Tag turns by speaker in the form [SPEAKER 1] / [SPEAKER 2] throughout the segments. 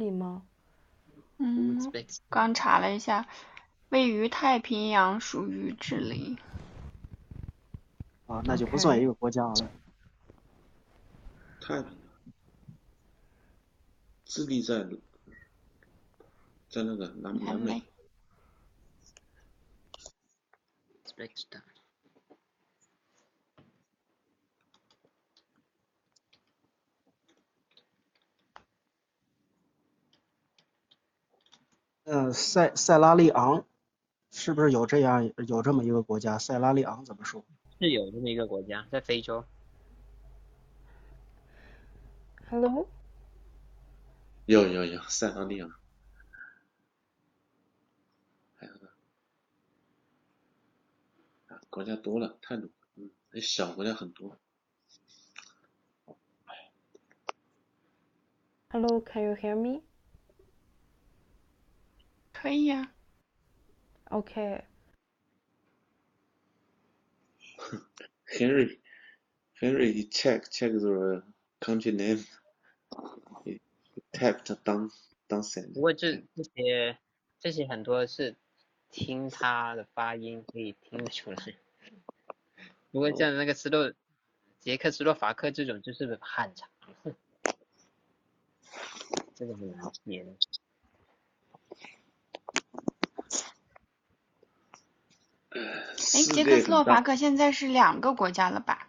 [SPEAKER 1] 里吗？
[SPEAKER 2] 嗯，刚查了一下，位于太平洋，属于智利。
[SPEAKER 3] 啊，那就不算一个国家了。
[SPEAKER 4] 太平洋，智利在在那个南
[SPEAKER 2] 南
[SPEAKER 4] 南美
[SPEAKER 2] 美，
[SPEAKER 5] Uzbekistan.
[SPEAKER 3] 嗯，塞塞拉利昂是不是有这样有这么一个国家？塞拉利昂怎么说？
[SPEAKER 5] 是有这么一个国家，在非洲。
[SPEAKER 1] Hello，
[SPEAKER 4] 有有有，塞拉利昂，啊还有呢，啊，国家多了，太多了，嗯，那小国家很多。
[SPEAKER 1] Hello, can you hear me?
[SPEAKER 2] 可以啊哎呀、
[SPEAKER 1] OK，
[SPEAKER 4] Henry, Henry, he check check the country name. He he typed down
[SPEAKER 5] 不
[SPEAKER 4] down send.
[SPEAKER 5] 过这这些这些很多是听它的发音可以听得出来。不过像那个斯洛、捷克斯洛伐克这种就是很长， 这个很难写的。
[SPEAKER 2] 哎，
[SPEAKER 4] 世
[SPEAKER 2] 捷克
[SPEAKER 4] 界
[SPEAKER 2] 斯洛
[SPEAKER 4] 很
[SPEAKER 2] 伐
[SPEAKER 4] 大，
[SPEAKER 2] 克现在是两个国家了吧？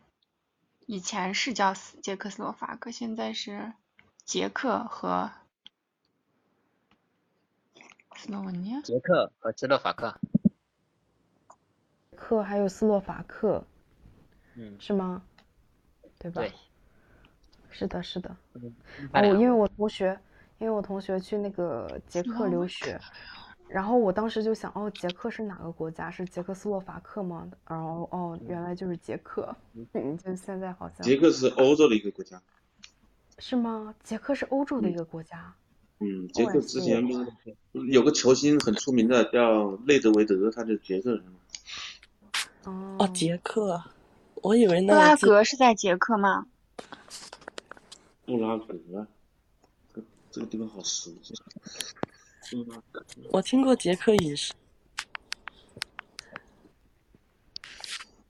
[SPEAKER 2] 以前是叫斯捷克斯洛伐克，现在是捷克和斯洛文尼亚。
[SPEAKER 5] 捷克和斯洛伐克，
[SPEAKER 1] 克还有斯洛伐克
[SPEAKER 5] 嗯，
[SPEAKER 1] 是吗？对吧？
[SPEAKER 5] 对，
[SPEAKER 1] 是的，是的。
[SPEAKER 5] 他
[SPEAKER 1] 哦，
[SPEAKER 5] 俩
[SPEAKER 1] 因为我同学，因为我同学去那个捷克留学，然后我当时就想，哦，捷克是哪个国家？是捷克斯洛伐克吗？然后哦，原来就是捷克。嗯，就现在好像
[SPEAKER 4] 捷克是欧洲的一个国家。
[SPEAKER 1] 是吗？捷克是欧洲的一个国家。
[SPEAKER 4] 嗯，捷克之
[SPEAKER 1] 哦
[SPEAKER 4] 前不是有个球星很出名的叫内德维德，他就是捷克人嘛。
[SPEAKER 1] 哦
[SPEAKER 6] 哦，捷克，我以为
[SPEAKER 2] 布
[SPEAKER 6] 那
[SPEAKER 2] 嗯拉
[SPEAKER 6] 个字
[SPEAKER 2] 格是在捷克吗？
[SPEAKER 4] 布拉格，这这个地方好熟悉。
[SPEAKER 6] 我听过捷克饮食